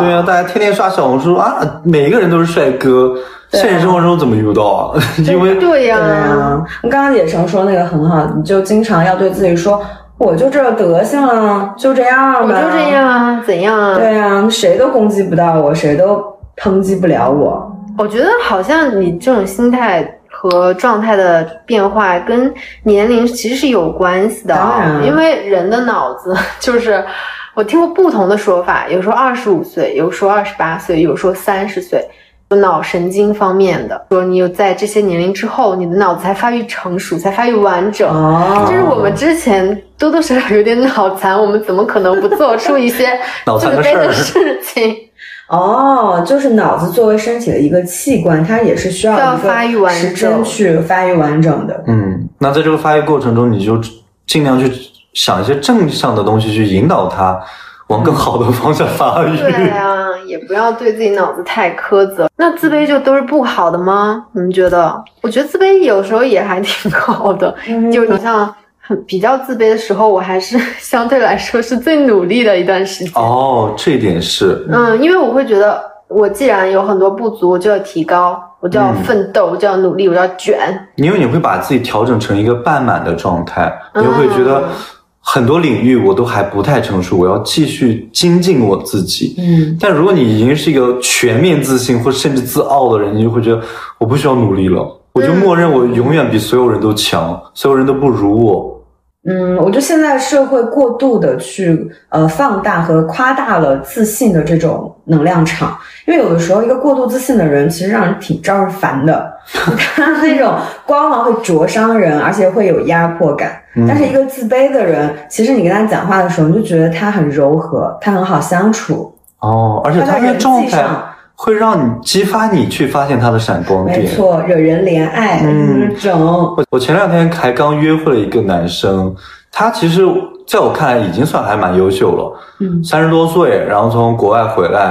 对啊，大家天天刷小红书啊，每个人都是帅哥，对啊现实生活中怎么遇不到啊？因为对呀、啊嗯刚刚野城说那个很好，你就经常要对自己说，我就这德行啊，就这样吧，我就这。样啊，怎样啊？对呀、谁都攻击不到我，谁都抨击不了我。我觉得好像你这种心态和状态的变化跟年龄其实是有关系的当啊，然因为人的脑子就是。我听过不同的说法，有说二十五岁，有说二十八岁，有说三十岁，有脑神经方面的，说你有在这些年龄之后，你的脑子才发育成熟，才发育完整。哦，就是我们之前多多少少有点脑残，我们怎么可能不做出一些 脑残自的卑事儿的事情？ 哦，就是脑子作为身体的一个器官，它也是需要需要一个发育完时整间去发育完整的。嗯，那在这个发育过程中，你就尽量去想一些正向的东西去引导他往更好的方向发育。对啊，也不要对自己脑子太苛责。那自卑就都是不好的吗？你们觉得？我觉得自卑有时候也还挺好的。嗯就你像很比较自卑的时候，我还是 相对来说是最努力的一段时间。 哦，这一点是，嗯，因为我会觉得，我既然有很多不足，我就要提高，我就要嗯奋斗，我就要努力，我就要卷。因为你会把自己调整成一个半满的状态，你就会觉得嗯很多领域我都还不太成熟，我要继续精进我自己。嗯，但如果你已经是一个全面自信或甚至自傲的人，你就会觉得我不需要努力了，我就默认我永远比所有人都强，所有人都不如我。嗯，我觉得现在社会过度的去呃放大和夸大了自信的这种能量场，因为有的时候一个过度自信的人，其实让人挺招人 烦的，他那种光芒会灼伤人，而且会有压迫感。嗯但是一个自卑的人，其实你跟他讲话的时候，你就觉得他很柔和，他很好相处，哦，而且他他在那人个状际态上，会让你激发你去发现他的闪光没点。错，惹人怜爱，哦嗯那种，我我前两天还刚约会了一个男生，他其实在我看来已经算还蛮优秀了，嗯三十多岁，然后从国外回来，